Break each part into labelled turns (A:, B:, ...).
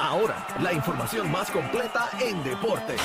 A: Ahora, la información más completa en deporte.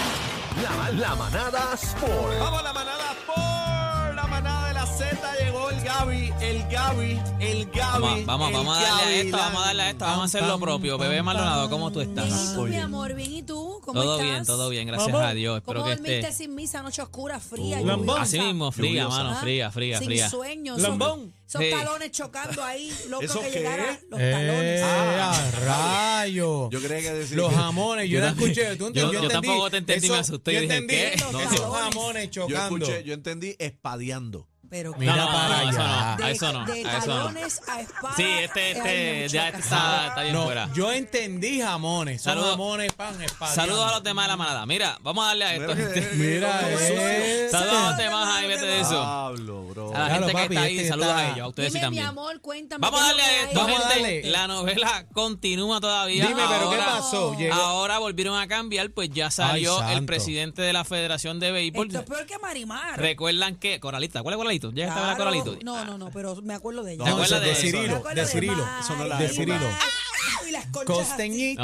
A: La, la manada Sport.
B: Vamos la manada por la manada de la Z llegó el Gaby, el Gaby, el Gaby.
C: Vamos, vamos,
B: el
C: vamos a darle a
B: Gaby
C: esto, vamos a
B: Lan.
C: darle a esto, vamos a hacer lo propio. Bebé Maldonado, ¿cómo tú
D: Bien, ¿y
C: estás?
D: tú, mi amor? Bien, ¿y tú? ¿Cómo
C: Todo
D: estás?
C: bien, todo bien, gracias a Dios. Espero
D: ¿Cómo
C: que este-
D: dormiste
C: esté.
D: sin misa, noche oscura, fría,
E: Oh.
A: Uh,
D: lluviosa?
A: lambón.
C: Así mismo, fría,
A: Lluviosa.
C: mano,
D: Ah,
C: fría, fría,
D: sin
C: fría.
D: sueño.
B: Lambón.
D: Son, son
C: Sí.
D: talones chocando ahí, loco
B: ¿Eso
D: que
B: qué?
D: llegara los
E: ¡Eh,
D: talones.
C: Ah.
E: a rayo!
B: Yo creía que decir
E: Los jamones, yo no escuché. ¿tú
C: yo-
E: entiendes?
C: yo tampoco te entendí,
E: eso-
C: me asusté y
E: Yo
C: dije,
E: entendí
C: ¿qué?
D: No,
E: esos
D: no.
E: jamones
B: yo
E: chocando.
B: escuché, yo entendí espadeando.
D: Pero
E: Mira
C: No, no,
E: para
C: no, eso
E: allá.
C: no, a eso no,
D: De, de
C: a eso no.
D: talones a espada.
C: Sí, este,
D: hay
C: este,
D: mucha
C: ya
D: casa.
C: está, está bien
E: No,
C: fuera.
E: yo entendí jamones. Son
C: Saludos.
E: jamones, pan, espada.
C: Saludos a los demás de la manada. Mira, vamos a darle a esto.
B: Mira que-
E: Mira
D: Saludos
E: ese.
C: Saludos a los
D: Saludos
C: demás ahí, vete de eso. Ah,
B: Pablo, bro.
C: A la
E: Claro,
C: gente que
E: papi,
C: está ahí,
E: este
C: saludos
E: está-
C: a ellos, a ustedes sí
D: Dime, mi
C: también.
D: amor, cuéntame.
C: Vamos a
D: ¿qué es
C: darle
D: lo
C: a
D: que
C: esto,
D: hay?
E: Vamos a
C: gente.
E: darle.
C: La novela continúa todavía.
E: Dime, pero ¿qué
C: Ahora-
E: pasó? Llegó-
C: Ahora volvieron a cambiar, pues ya salió el
E: santo.
C: presidente de la Federación de Béisbol.
D: Esto es peor que Marimar.
C: Recuerdan que Coralita, ¿cuál es Coralito? Ya estaba la
D: Claro.
C: Coralito.
D: No, no, no, pero me acuerdo de ella.
E: No,
C: acuerdas
E: eso es de
C: de-
E: Cirilo,
D: Me acuerdo
E: de Cirilo.
D: Marimar.
B: Eso no la
E: De Cirilo.
D: Y las conchas así.
C: No,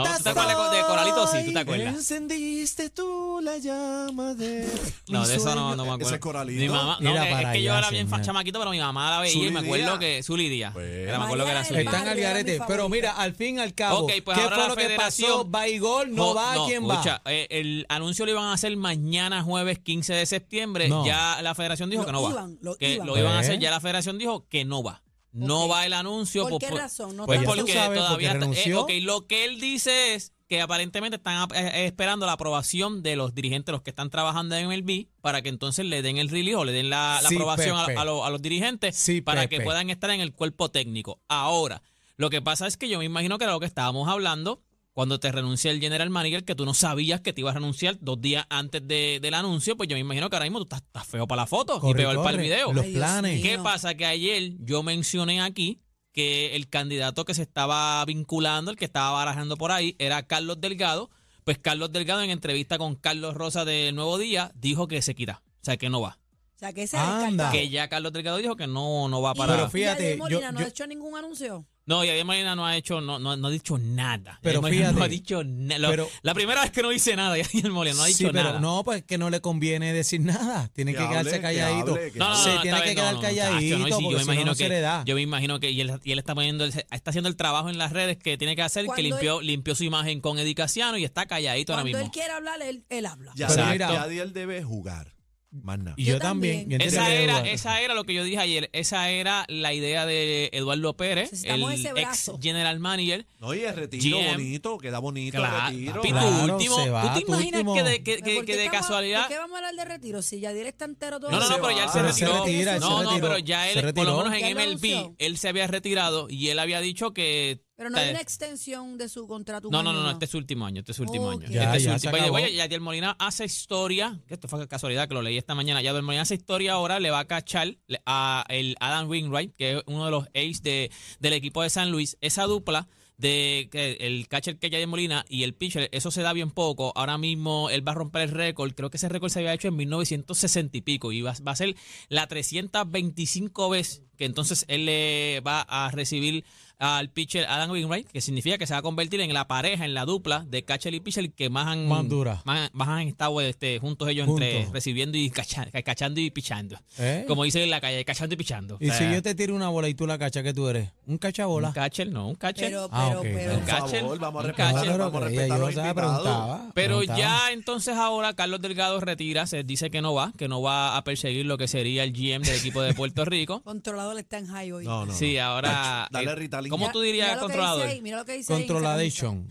E: Costeñita
C: ¿tú te acuerdas de, de Coralito? Sí, ¿tú te acuerdas?
B: Encendiste tú la llama de.
C: No, de eso no, no me acuerdo.
B: Ese es coralito.
C: Mi mamá, no,
E: Mira
C: que- es
E: para
C: que yo
E: allá,
C: era bien
E: señor.
C: chamaquito, pero mi mamá la veía y
B: Zully
C: me acuerdo
B: Díaz.
C: que Zully Díaz.
B: Pues.
C: Era, me acuerdo que era
D: María
C: Zully
D: del
E: Están
D: Padre
E: al
D: era mi
E: garete. Pero
D: favorita.
E: mira, al fin y al cabo,
C: Ok, pues
E: ¿qué
C: ahora
E: fue
C: la
E: lo que
C: federación-
E: pasó? ¿Va y gol? ¿No
C: Jo-
E: va? ¿Quién va?
C: escucha, eh, el anuncio lo iban a hacer mañana jueves 15 de septiembre.
E: No.
C: Ya la federación dijo
D: Lo
C: que no
D: iban,
C: va.
D: lo
C: que
D: iban.
C: lo iban a
E: ¿Eh?
C: hacer, ya la federación dijo que no va. No
D: Ok.
C: va el anuncio.
D: ¿Por
C: pues,
D: qué
C: por-
D: razón? No
C: Pues
D: te-
E: Ya tú
C: porque
E: sabes, porque
C: todavía está- eh,
E: renunció.
C: ok, lo que él dice es que aparentemente están eh, esperando la aprobación de los dirigentes, los que están trabajando en MLB, para que entonces le den el release o le den la, la
E: Sí,
C: aprobación a,
E: Pepe.
C: a lo- a los dirigentes
E: Sí,
C: para que
E: Pepe.
C: puedan estar en el cuerpo técnico. Ahora, lo que pasa es que yo me imagino que era lo que estábamos hablando cuando te renuncia el general manager, que tú no sabías que te ibas a renunciar dos días antes de- del anuncio, pues yo me imagino que ahora mismo tú estás, estás feo para la foto y
E: Corre,
C: peor para el
E: corre,
C: video.
E: Los
D: Ay, Dios
E: planes.
D: mío.
C: ¿Qué pasa? Que ayer yo mencioné aquí que el candidato que se estaba vinculando, el que estaba barajando por ahí, era Carlos Delgado. Pues Carlos Delgado, en entrevista con Carlos Rosa de Nuevo Día, dijo que se quita. O sea, que no va.
D: O sea, que ese
E: Anda.
D: descartado.
C: Que ya Carlos Delgado dijo que no, no va
D: Y-
C: para.
E: Pero
D: y
E: fíjate,
D: Yadier Molina
E: yo-
D: no
E: yo-
D: ha hecho ningún anuncio.
C: No, y Yadier Molina no ha hecho, no, no, no ha dicho nada. Yadier
E: Pero
C: Molina no
E: fíjate,
C: ha dicho na- lo-
E: pero-
C: la primera vez que no dice nada, Yadier Molina no ha dicho
E: sí, pero
C: nada.
E: no, pues que no le conviene decir nada. Tienen que,
B: Que hable,
E: quedarse
B: que
E: calladito.
B: hable, que
C: No, no,
B: hable.
E: se
C: no,
E: tiene
C: esta
E: que
C: vez
E: quedar
C: no, no,
E: calladito
C: chacho, no, y sí,
E: porque
C: yo me
E: si no,
C: imagino
E: no se
C: que
E: le da.
C: yo me imagino que y él, y él está poniendo el- está haciendo el trabajo en las redes que tiene que hacer que
D: Cuando
C: limpió limpió su imagen con Eddie Casiano y está calladito ahora
D: Cuando
C: mismo
D: él quiere hablar, él, él habla.
B: Ya,
E: Pero
B: ya-
E: mira-
B: ya Diel debe jugar. Más nada.
E: y
D: Yo
E: yo también.
D: también.
E: yo
C: esa
E: entiendo que
C: era,
E: debo-
C: esa era lo que yo dije ayer. Esa era la idea de Eduardo Pérez, el
D: Necesitamos ese
C: ex
D: brazo.
C: general manager.
B: No, y el retiro
C: GM.
B: bonito, queda bonito
C: Claro,
B: el retiro.
C: papi, tu
E: Claro,
C: último-
E: se va,
C: ¿Tú te
E: tu
C: imaginas
E: último.
C: que de, que-
D: ¿Pero
C: que-
D: por
C: que
D: qué
C: de
D: estamos-
C: casualidad
D: ¿Por qué vamos a hablar de retiro? Si Yadier está entero todo
C: No, no,
B: Se
C: no, pero
B: va.
C: ya él se
B: Pero
E: se
C: retiró.
E: retira, él
C: no,
E: se
C: no,
E: retiró.
C: pero ya él,
E: Se
C: por lo
E: retiró.
C: menos
D: Ya
C: en
D: lo
C: MLB,
D: anunció.
C: él se había retirado y él había dicho que.
D: Pero no hay
C: eh,
D: una extensión de su contrato. un
C: no, no,
D: año
C: no, no,
D: más.
C: este es su último año, este es su último
D: Oh, Ok.
C: año.
D: Ya,
C: este es su
E: ya,
C: último-
E: se
C: By the way,
E: acabó.
C: Yadier Molina hace historia, que esto fue casualidad que lo leí esta mañana, Yadier Molina hace historia ahora, le va a cachar le- a el Adam Wainwright, que es uno de los ace de, del equipo de San Luis, esa dupla de que el catcher que es Yadier Molina y el pitcher, eso se da bien poco. Ahora mismo él va a romper el récord. Creo que ese récord se había hecho en 1960 y pico. Y va, va a ser la 325 vez que entonces él le va a recibir al pitcher Adam Wainwright, que significa que se va a convertir en la pareja, en la dupla de catcher y pitcher que más han,
E: Más dura.
C: más, más han estado este, juntos ellos entre
E: Juntos.
C: recibiendo y cacha- cachando y pichando.
E: ¿Eh?
C: Como dicen en la calle, cachando y pichando.
E: Y
C: O sea,
E: si yo te tiro una bola y tú la cachas, ¿qué tú eres? Un
C: un
E: cachabola.
C: catcher, no, un catcher.
D: Pero,
E: Ah,
D: pero,
E: ok.
D: pero.
C: Un
B: Por
C: catcher,
B: favor, vamos a
C: un
B: respetar,
C: catcher.
B: vamos a respetar a los invitados.
C: Pero ya entonces ahora Carlos Delgado retira, se dice que no va, que no va a perseguir lo que sería el GM del equipo de Puerto Rico.
D: Controlador está en high hoy.
B: No, no.
C: Sí,
B: no.
C: ahora.
B: Dale
C: eh,
B: Ritalin.
C: ¿Cómo
D: Mira-
C: tú dirías
D: mira lo que dice
C: controlador?
D: ahí, mira lo que dice ahí en esa
E: Controladation.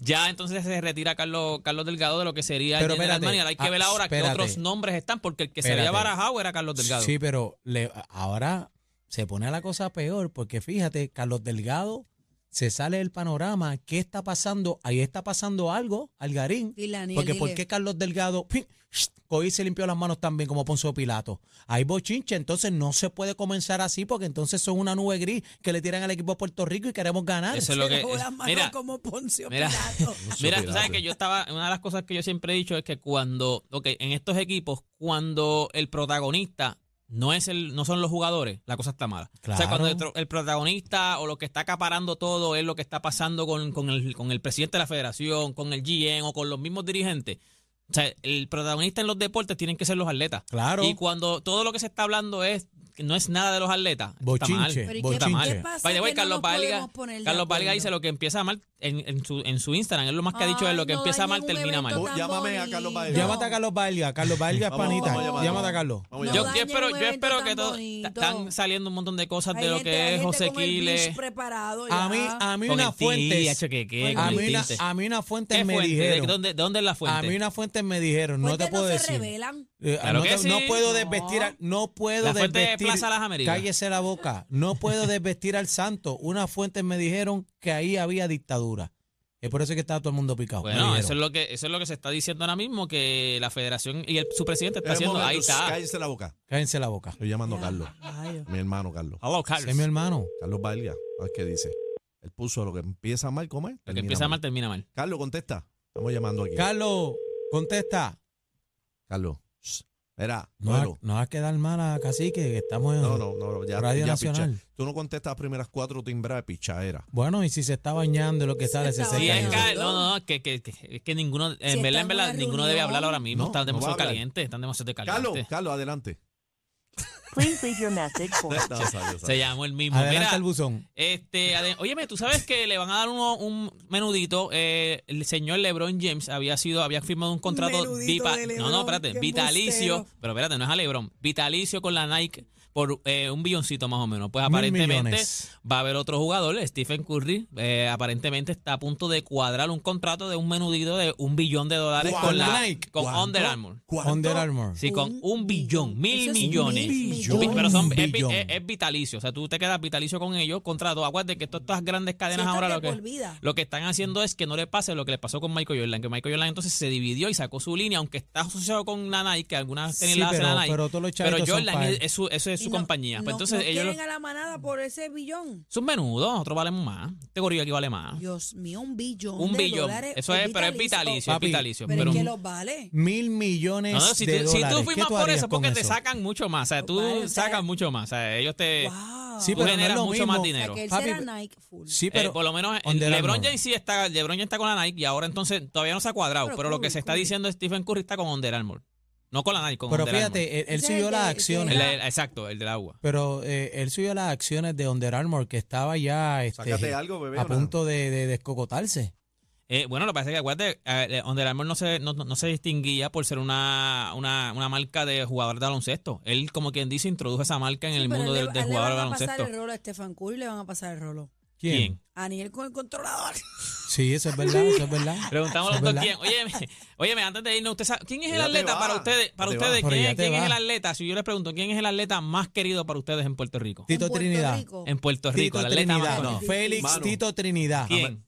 C: Ya entonces se retira Carlos, Carlos Delgado de lo que sería el
E: Pero
C: General
E: espérate,
C: Manager. Hay que
E: ah,
C: ver ahora qué
E: espérate.
C: otros nombres están, porque el que se había
E: Espérate.
C: barajado era Carlos Delgado.
E: Sí, pero le- ahora se pone la cosa peor porque fíjate, Carlos Delgado se sale del panorama. ¿Qué está pasando? Ahí está pasando algo, Algarín.
D: Dile, Aniel,
E: Porque ¿por
D: dile.
E: qué Carlos Delgado ¡pim! ¡Shh! hoy se limpió las manos también como Poncio Pilato? Hay bochinche, entonces no se puede comenzar así porque entonces son una nube gris que le tiran al equipo de Puerto Rico y queremos ganar.
C: Eso es lo
D: Se
C: que.
D: lavó las manos
C: mira,
D: como Poncio
C: mira.
D: Pilato.
C: Mira, tú
B: Superable.
C: sabes que yo estaba, una de las cosas que yo siempre he dicho es que cuando, ok, en estos equipos, cuando el protagonista no, es el, no son los jugadores, la cosa está mala. O sea,
E: Claro.
C: cuando el, tro- el protagonista o lo que está acaparando todo es lo que está pasando con, con el, con el presidente de la federación, con el GM o con los mismos dirigentes. O sea, el protagonista en los deportes tienen que ser los atletas.
E: Claro.
C: Y cuando todo lo que se está hablando es que no es nada de los atletas. Está mal.
E: Bochinche.
D: Pero ¿y
E: Bochinche.
D: qué,
C: mal.
D: qué pasa?
C: By the way,
D: que
C: Carlos
D: no nos
C: Valga,
D: podemos poner de
C: Carlos Valga
D: acuerdo?
C: dice lo que empieza mal en, en su, en su Instagram, es lo más que ha dicho, es
D: Ay,
C: lo que
D: no
C: empieza mal
D: dañen un
C: termina mal.
D: evento
B: Bu-
D: tan
B: llámame a Carlos Valga.
D: bonito.
E: Llámate a Carlos Valga. Carlos Valga es
B: Vamos,
E: panita.
D: vamos a llamarlo.
E: Llámate a Carlos.
B: Vamos
C: Yo,
D: No
C: yo
D: dañen
C: espero,
D: un
C: yo espero
D: evento
C: que
D: tan
C: todo.
D: bonito.
C: Están saliendo un montón de cosas
D: Hay
C: de lo
D: gente- hay
C: que es
D: gente
C: José
D: con el
C: Quiles.
D: bleach preparado
E: A mí,
D: ya.
E: a mí
C: Con
E: una
C: el tee,
E: fuente.
C: hacho, que- que-
E: A
C: con
E: mí
C: el
E: una,
C: tinte.
E: a mí una
C: ¿Qué
E: fuente me
C: fuente? ¿De
E: dijeron.
C: dónde, de dónde es la fuente?
E: A mí una fuente me dijeron. No
D: Fuentes
E: te puedo
D: se
E: decir.
D: revelan.
E: Eh,
C: Claro
E: no,
C: que
E: te-
C: sí.
E: no puedo
C: No.
E: desvestir, al- no puedo
C: La fuente de
E: desvestir.
C: Plaza Las Américas.
E: Cállese la boca. No puedo desvestir al santo. Unas fuentes me dijeron que ahí había dictadura. Es por eso que estaba todo el mundo picado. me
C: Bueno,
E: dijeron.
C: eso es lo que eso es lo que se está diciendo ahora mismo que la Federación y el, su presidente está
B: Eh,
C: haciendo.
B: momento,
C: Ahí está.
B: Cállense la boca.
E: Cállense la boca.
B: Estoy llamando a
D: Ya.
B: Carlos.
D: Ay,
B: Mi hermano Carlos.
C: Hello, Carlos.
E: Ese es mi hermano.
B: Carlos Valga. A ver qué dice. Él puso lo que empieza mal, ¿cómo es?
C: Lo que
B: Termina
C: empieza mal termina mal.
B: Carlos, contesta. Estamos llamando aquí.
E: Carlos, contesta.
B: Carlos. shh. Era,
E: No,
B: Carlos.
E: va- no vas a quedar mal a Cacique, que estamos en
B: No, no, no, ya,
E: Radio
B: ya
E: Nacional.
B: picha- Tú no contestas las primeras cuatro timbras de pichadera.
E: Bueno, y si se está bañando y lo que sale, se
D: está
E: seca.
C: Sí, es
D: Carlos.
E: eso.
C: que, no, no, no, que, que, que, que ninguno, en
D: está
C: verdad,
D: en
C: en
D: una
C: verdad, ninguno debe hablar
D: reunión.
C: ahora mismo.
B: No,
C: están
B: no va a
C: demasiado
B: hablar.
C: calientes, están demasiado
B: Carlos,
C: calientes.
B: Carlos, adelante.
F: Please leave your message for.
B: No, salió,
C: Se
B: salió.
C: llamó el mismo.
E: Adelante
C: Mira,
E: el buzón.
C: Este, ade- óyeme, tú sabes que le van a dar uno- un menudito. eh, el señor LeBron James había sido, había firmado un contrato
D: Menudito de
C: no, no,
D: LeBron,
C: espérate,
D: qué
C: vitalicio.
D: embustero.
C: Pero espérate, no es a LeBron, vitalicio con la Nike por eh, un billoncito más o menos. Pues
E: Mil
C: aparentemente
E: millones.
C: va a haber otro jugador, Stephen Curry, eh, aparentemente está a punto de cuadrar un contrato de un menudito de un billón de dólares
E: ¿Cuánto?
C: con la
E: Nike.
C: con
B: ¿Cuánto?
C: Under Armour.
B: ¿Cuánto?
E: Under Armour.
C: Sí, con
D: Un
C: un billón,
D: billón.
C: mil
D: Uh, Eso es un
C: millones.
D: billón.
C: Vi- Pero son, es, vi-
E: Billón.
C: es- es vitalicio. O sea, tú te quedas vitalicio con ellos, contrato. Acuérdate que todas estas grandes cadenas
D: Si esto
C: ahora
D: te
C: lo que,
D: olvida.
C: lo que están haciendo es que no le pase lo que le pasó con Michael Jordan. Que Michael Jordan entonces se dividió y sacó su línea, aunque está asociado con la Nike, que algunas
E: Sí,
C: tenis las hace
E: pero-
C: la Nike.
E: pero todos los
C: pero
E: chavitos son
C: Jordan
E: pa'
C: es,
E: él.
C: es su, eso es
D: Y
C: su
D: no-
C: compañía. Pues
D: no-
C: entonces
D: no
C: ellos.
D: quieren a la manada por ese billón.
C: Son menudos, otros valen más. Este gorila aquí vale más.
D: Dios mío, un billón.
C: Un
D: de
C: billón.
D: dólares
C: Eso es, pero es vitalicio,
E: Papi,
C: es vitalicio.
D: Pero,
C: pero-
D: es que los vale.
E: Mil millones
C: No, no, si,
E: de
C: tú, si tú
E: dólares. ¿Qué
C: firmas
E: tú
C: por
E: harías
C: eso, porque
E: con
C: te
E: eso?
C: sacan mucho más. O sea, tú
D: Vale, o sea-
C: sacas mucho más. O sea, ellos te. eh,
D: Wow.
E: Sí,
C: tú
E: pero no es
C: generas
E: lo
C: mucho
E: mismo.
C: más
E: O sea,
D: O sea,
C: dinero.
D: que él
E: Papi,
D: será Nike full.
E: Sí, pero
C: Eh, por lo menos el
E: Under
C: LeBron
E: Armour.
C: James sí está, LeBron James está con la Nike y ahora entonces todavía no se ha cuadrado, pero,
D: Pero
C: lo que
D: Curry,
C: se está
D: Curry.
C: diciendo es Stephen Curry está con Under Armour, no con la Nike, con
E: Pero
C: Under Armour.
E: fíjate, él, él
D: Ese es
E: siguió
D: el
E: las
D: de-
E: acciones.
C: El-
D: la-
C: el- exacto, el del agua.
E: Pero eh, él subió las acciones de Under Armour que estaba ya este,
B: Sácate algo, bebé,
E: a
B: o nada.
E: punto de, de descocotarse.
C: Eh, bueno, lo que pasa es que acuérdate, eh, Under Armour no se, no, no- no se distinguía por ser una, una, una marca de jugador de baloncesto. Él, como quien dice, introdujo esa marca en
D: Sí,
C: el
D: pero
C: mundo
D: le-
C: del del
D: le
C: jugador de
D: van a pasar
C: baloncesto.
D: el rolo a Stefan Curry, le van a pasar el rolo.
C: ¿Quién?
D: A Aniel con el controlador.
E: Sí, eso es verdad, eso es verdad.
C: Preguntamos
E: Eso
C: los
E: es
C: dos
E: verdad.
C: quién. Óyeme, óyeme, antes de irnos, usted sabe- ¿quién es el
B: Ya te
C: atleta
B: va,
C: para ustedes? Para
B: te va.
C: ustedes,
E: Pero
C: ¿quién,
E: ya
C: es-
E: te
C: quién es
E: va.
C: el atleta? Si yo les pregunto, ¿quién es el atleta más querido para ustedes en Puerto Rico?
E: Tito
D: En Puerto
E: Trinidad.
D: Rico.
C: En Puerto Rico,
E: Tito
C: el atleta más
E: Trinidad.
C: conocido.
D: no.
E: Félix
B: Mano.
E: Tito Trinidad.
C: ¿Quién?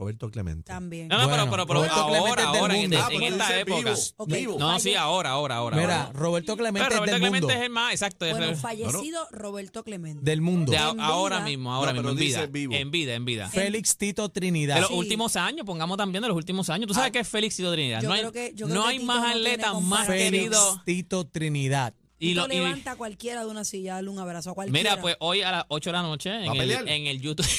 B: Roberto Clemente.
D: También.
C: No, no,
E: Bueno,
C: pero, pero, pero
E: Roberto Clemente
C: ahora,
E: es del
C: ahora, en,
E: mundo.
C: en
E: Ah,
B: porque
C: esta
B: dice
C: época.
B: vivos,
D: Ok,
B: vivos.
C: No, sí,
D: falle-
C: ahora, ahora, ahora.
E: Mira,
C: ahora.
E: Roberto Clemente
C: Pero Roberto
E: es del
C: Clemente
E: mundo.
C: es el más, exacto. es
D: Bueno,
C: el-
D: fallecido Roberto Clemente.
E: Del mundo.
C: de
D: en
C: a-
D: vida.
C: ahora mismo, ahora
B: No,
C: mismo,
B: pero
C: en
B: dice
C: vida,
B: vivo.
C: en vida, en vida.
E: Félix Tito Trinidad.
C: De los
D: Sí. Ah.
C: últimos años, pongamos también de los últimos años. Tú sabes que es Félix Tito Trinidad.
D: Yo
C: No hay,
D: creo que- yo creo
C: no
D: que
C: hay
D: Tito
C: más
D: no tiene
C: atletas más
D: comparación.
E: Félix
C: queridos.
E: Tito Trinidad.
C: Y,
D: Tito
C: lo- y-
D: levanta a cualquiera de una silla, dale un abrazo a cualquiera.
C: mira, pues hoy a las 8 de la noche en
B: a
C: el,
B: pelear?
C: en el YouTube.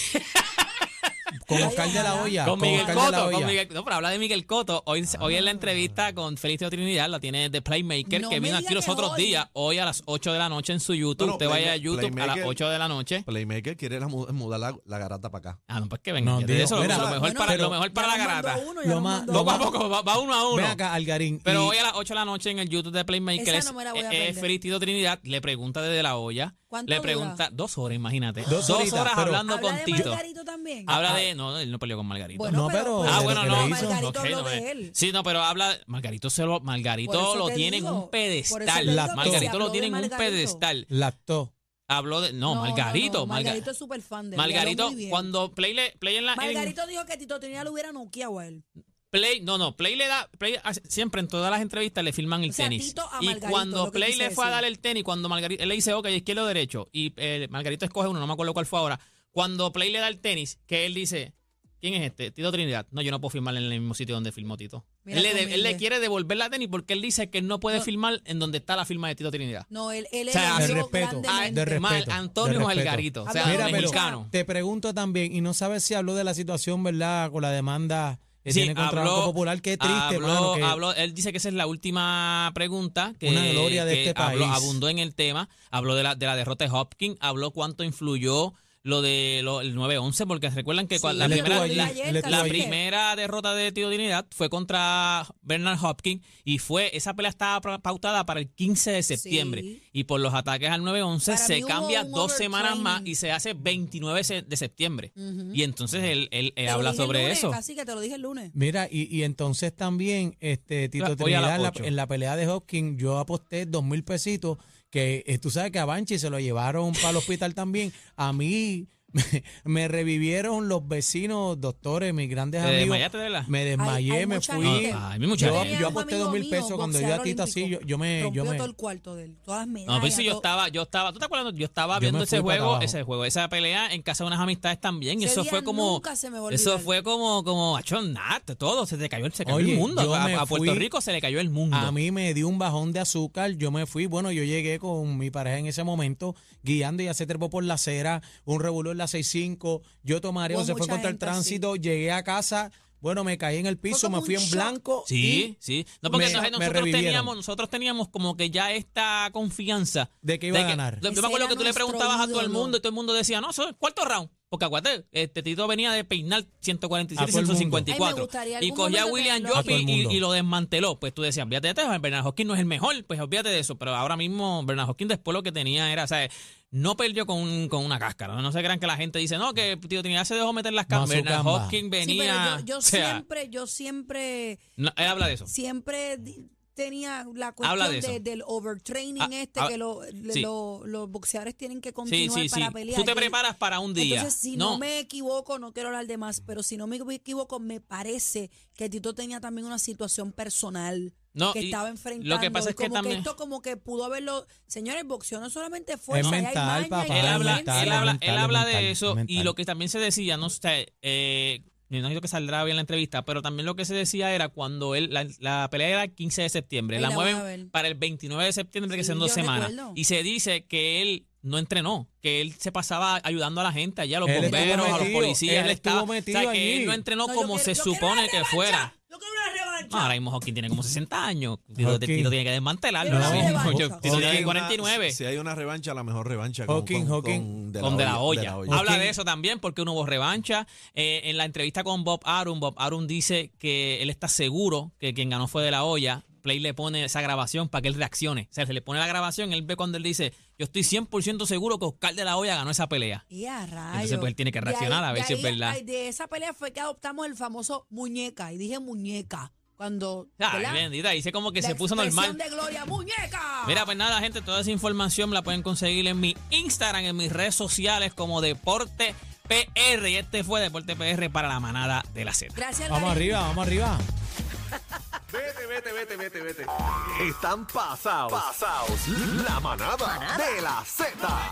E: Con
D: Ay,
E: Oscar de la
D: ojalá.
B: Ah,
E: Hoya.
C: con Miguel
E: Oscar de la
C: Coto.
E: Hoya.
C: con Miguel- no, pero habla de Miguel Coto. Hoy, hoy en la entrevista con Félix Tito Trinidad, la tiene de Playmaker,
D: Ah. No
C: que
D: me
C: vino
D: diga
C: aquí los
D: que
C: otros
D: hoy.
C: días. Hoy a las 8 de la noche en su YouTube.
B: Bueno,
C: Usted
B: Playma-
C: vaya a YouTube a las
B: Playmaker-
C: 8 de la noche.
B: Playmaker quiere la mu- mudar la, la garata para acá.
C: Ah, no, pues que venga.
E: No,
C: ya te-
E: digo,
C: eso lo-
E: mira,
C: lo, mejor
E: bueno,
C: para,
E: pero-
C: lo mejor para la
D: Ya nos
C: garata.
D: mandó uno, ya
E: Lo
D: nos
E: más-
D: mandó
E: lo
C: Poco
D: otro.
C: a poco, va, va uno a
E: Ven
C: uno.
E: acá, Algarín.
C: Pero
E: y-
C: hoy a las 8 de la noche en el YouTube de Playmaker
D: Esa
C: es,
D: no me la voy a
C: es- es
D: aprender.
C: Félix Tito Trinidad. Le pregunta desde la olla.
D: ¿Cuánto
C: Le
D: dura?
C: pregunta dos horas, imagínate.
E: Dos
C: Dos,
E: horitas,
C: horas
E: pero-
C: hablando
D: Habla
C: con
D: de
C: Tito.
D: Margarito Ah. también.
C: Habla de. No, él no peleó con Margarito.
E: No, pero-
C: Ah,
E: de
C: bueno,
E: lo que
C: no.
E: le hizo.
D: Margarito
C: Ok,
D: habló
C: no,
D: de
C: eh.
D: él.
C: Sí, no, pero habla. Margarito se lo,
D: Por
C: Margarito
D: eso
C: lo
D: te
C: tiene en
D: digo,
C: un
D: por eso te
C: pedestal.
E: digo que si
C: Margarito
D: habló
C: lo
D: de
C: tiene en un
D: Margarito.
C: pedestal.
E: Lactó.
C: Habló de. No, Margarito.
D: no,
C: Marga-
D: Margarito es súper fan de él. le habló
C: Margarito,
D: muy bien.
C: cuando Play, le, play en la. en-
D: Margarito dijo que Tito Trinidad lo hubiera noqueado a él.
C: Play, no, no, Play le da, Play hace- siempre en todas las entrevistas le filman el
D: O sea,
C: tenis.
D: Tito a
C: y
D: Margarito,
C: cuando
D: lo que
C: Play
D: quise
C: le fue a
D: decir.
C: dar el tenis, cuando Margarito, él le dice, ok, izquierdo o derecho, y eh, Margarito escoge uno, no me acuerdo cuál fue ahora, cuando Play le da el tenis, que él dice, ¿Quién es este? Tito Trinidad. No, yo no puedo filmar en el mismo sitio donde filmó Tito.
D: Mira
C: él, le
D: qué
C: de- él le
D: humilde.
C: quiere devolver la tenis porque él dice que él no puede
D: No.
C: filmar en donde está la firma de Tito Trinidad.
D: No, él, él
C: O sea,
D: eligió
E: de respeto,
D: grandemente.
E: de respeto.
C: Mal, Antonio
E: de respeto.
C: Margarito. O sea,
D: Mira, pero-
C: mexicano.
E: Te pregunto también, y no sabes si habló de la situación, ¿verdad? Con la demanda que
C: Sí,
E: tiene contra el
C: habló-
E: Banco Popular. Qué triste,
C: habló,
E: mano, que-
C: habló- él dice que esa es la última pregunta que,
E: Una gloria de
C: que
E: este
C: habló-
E: país.
C: abundó en el tema, habló de la, de la derrota de Hopkins, habló cuánto influyó lo de lo- el 9-11, porque recuerdan que
D: Sí,
C: cua- la,
E: él
C: primera,
E: estuvo allí,
C: la-
E: él
C: la
E: estuvo allí.
C: primera derrota de Tito Trinidad fue contra Bernard Hopkins y fue esa pelea estaba pra- pautada para el 15 de septiembre
D: Sí.
C: y por los ataques al 9-11
D: Para mí
C: se
D: hubo
C: cambia
D: un
C: dos semanas más
D: overtraining.
C: y se hace 29 se- de septiembre
D: Ujú.
C: y entonces él, él- él
D: Te lo
C: habla
D: dije el
C: sobre
D: lunes,
C: eso.
D: Así que te lo dije el lunes.
E: Mira, y, y entonces también, este, Tito
C: Voy a
E: Trinidad,
C: las
E: en la-
C: ocho.
E: en la pelea de Hopkins, yo aposté dos mil pesitos, que eh, tú sabes que a Banchi se lo llevaron para el hospital también. A mí me, me revivieron los vecinos, doctores, mis grandes
C: ¿Te
E: amigos.
C: desmayaste, de verdad?
E: Me desmayé,
D: Hay- hay
E: me
D: mucha
E: fui.
D: gente.
C: No, ay, mi muchacho.
E: yo,
C: Yo
E: yo
C: tenía
E: aposté dos mil pesos cuando yo a Tito así, yo, yo me... Yo
D: Rompió
E: me
D: todo el cuarto de él, todas las medallas.
C: No, pero si yo
D: todo-
C: estaba, yo estaba, ¿tú te acuerdas? Yo estaba
E: Yo
C: viendo
E: me
C: ese
E: fui para
C: juego,
E: abajo.
C: ese juego, esa pelea en casa de unas amistades también. y
D: Ese
C: eso
D: día
C: fue como,
D: nunca se me va a
C: eso
D: olvidar.
C: fue como, como, achón, nada, todo, se te cayó, el- se cayó
E: Oye,
C: el mundo.
E: yo
C: A,
E: me
C: a Puerto
E: fui-
C: Rico se le cayó el mundo.
E: A mí me dio un bajón de azúcar, yo me fui, bueno, yo llegué con mi pareja en ese momento, guiando y se trepó por la acera, un revolú en la 65, yo tomaré,
D: Hubo
E: se fue
D: mucha
E: contra el
D: gente así.
E: tránsito, llegué a casa, bueno, me caí en el piso,
D: como
E: me fui
D: un
E: en
D: shock.
E: blanco.
C: sí,
E: y
C: sí. No, porque
E: me-
C: entonces
E: me
C: nosotros
E: revivieron.
C: teníamos, nosotros teníamos como que ya esta confianza.
E: ¿De que iba a ganar?
C: Yo
D: Ese
C: me acuerdo
D: era
C: que tú le
D: nuestro
C: preguntabas a todo el
D: ídolo.
C: mundo y todo el mundo decía, no, eso es cuarto round. Porque acuérdate, este Tito venía de peinar
E: A
C: 147,
E: todo el mundo.
D: Ay, me
C: 154.
D: gustaría
C: Y
D: algún
C: cogió a
D: momento
C: William
D: tenerlo.
E: A todo
C: Joppi
E: el
C: y,
E: mundo.
C: y lo desmanteló. Pues tú decías, olvídate de esto, Bernard Hopkins no es el mejor. Pues olvídate de eso. Pero ahora mismo, Bernard Hopkins después lo que tenía era, o sea, no perdió con, un- con una cáscara. No se crean que la gente dice, no, que Tito Trinidad se dejó meter las cámaras. Bernard
E: Mazucamba.
C: Hopkins
D: Sí, pero
C: venía.
D: yo, yo
C: o sea,
D: siempre, yo siempre,
C: no, él habla de eso.
D: siempre di- tenía la cuestión
C: Habla de
D: de-
C: eso.
D: del overtraining
C: Ah,
D: este
C: ah,
D: que lo- le-
C: sí.
D: lo- los boxeadores tienen que
C: Sí,
D: continuar
C: sí, sí.
D: para pelear.
C: Tú te
D: Yo-
C: preparas para un día.
D: Entonces, si no. me equivoco, no quiero hablar de más, pero si no me equivoco, me parece que Tito tenía también una situación personal
C: No,
D: que
C: y
D: estaba
C: lo que
D: enfrentando.
C: pasa
D: y
C: es que
D: como
C: también-
D: esto como que pudo haberlo... Señores, el boxeo no solamente es fuerza,
E: Es
D: ahí
E: mental,
D: hay maña,
E: papá,
D: hay
C: él
E: es
C: habla,
E: mental,
C: él
E: es
C: habla,
E: mental,
C: él
E: es
C: habla
E: mental,
C: de
E: es
C: eso y
E: mental.
C: lo que también se decía, no sé, eh, me imagino que saldrá bien la entrevista, pero también lo que se decía era cuando él, la, la pelea era el 15 de septiembre,
D: Ahí
C: la,
D: la voy a ver.
C: mueven para el 29 de septiembre, que
D: Sí,
C: son dos
D: yo
C: semanas,
D: recuerdo.
C: y se dice que él no entrenó, que él se pasaba ayudando a la gente allá, a los
E: Él estuvo
C: bomberos, a los
E: metido,
C: policías,
E: él
C: él
E: estuvo
C: estaba, o
E: metido
C: sea, que
E: allí.
C: él no entrenó
D: No, yo
C: como
D: quiero-
C: se
D: yo quiero
C: supone
D: una
C: que
D: revancha,
C: fuera.
D: Yo quiero una revancha.
C: No, ahora mismo Hawking tiene como 60 años. Tito,
E: Hawking.
C: Tito tiene que desmantelarlo.
D: Pero
C: ahora
D: no
C: mismo.
D: revancha.
C: Tito tiene
B: Hawking,
C: 49.
B: Si, si hay una revancha, la mejor revancha con,
E: Hawking,
B: con-
E: Hawking.
B: con
C: con De La Hoya. Habla
E: Ok.
C: de eso también porque uno hubo revancha. Eh, en la entrevista con Bob Arum, Bob Arum dice que él está seguro que quien ganó fue De La Hoya. Play le pone esa grabación para que él reaccione. O sea, se le pone la grabación, él ve cuando él dice, yo estoy 100% seguro que Oscar De La Hoya ganó esa pelea.
D: Y a rayos.
C: Entonces, pues, él tiene que
D: De
C: reaccionar a ver
D: de
C: si es verdad.
D: ay, De esa pelea fue que adoptamos el famoso muñeca, y dije muñeca, cuando...
C: Ay,
D: ¿verdad?
C: bendita, dice como que
D: La
C: se puso
D: expresión
C: normal.
D: de gloria, ¡muñeca!
C: Mira, pues nada, gente, toda esa información la pueden conseguir en mi Instagram, en mis redes sociales como Deporte PR. Y este fue Deporte PR para la manada de la Z.
D: Gracias,
E: Vamos
D: Larry.
E: arriba, vamos arriba.
A: Vete, vete, vete, vete, vete. Están pasados. Pasados. La manada, de la Z.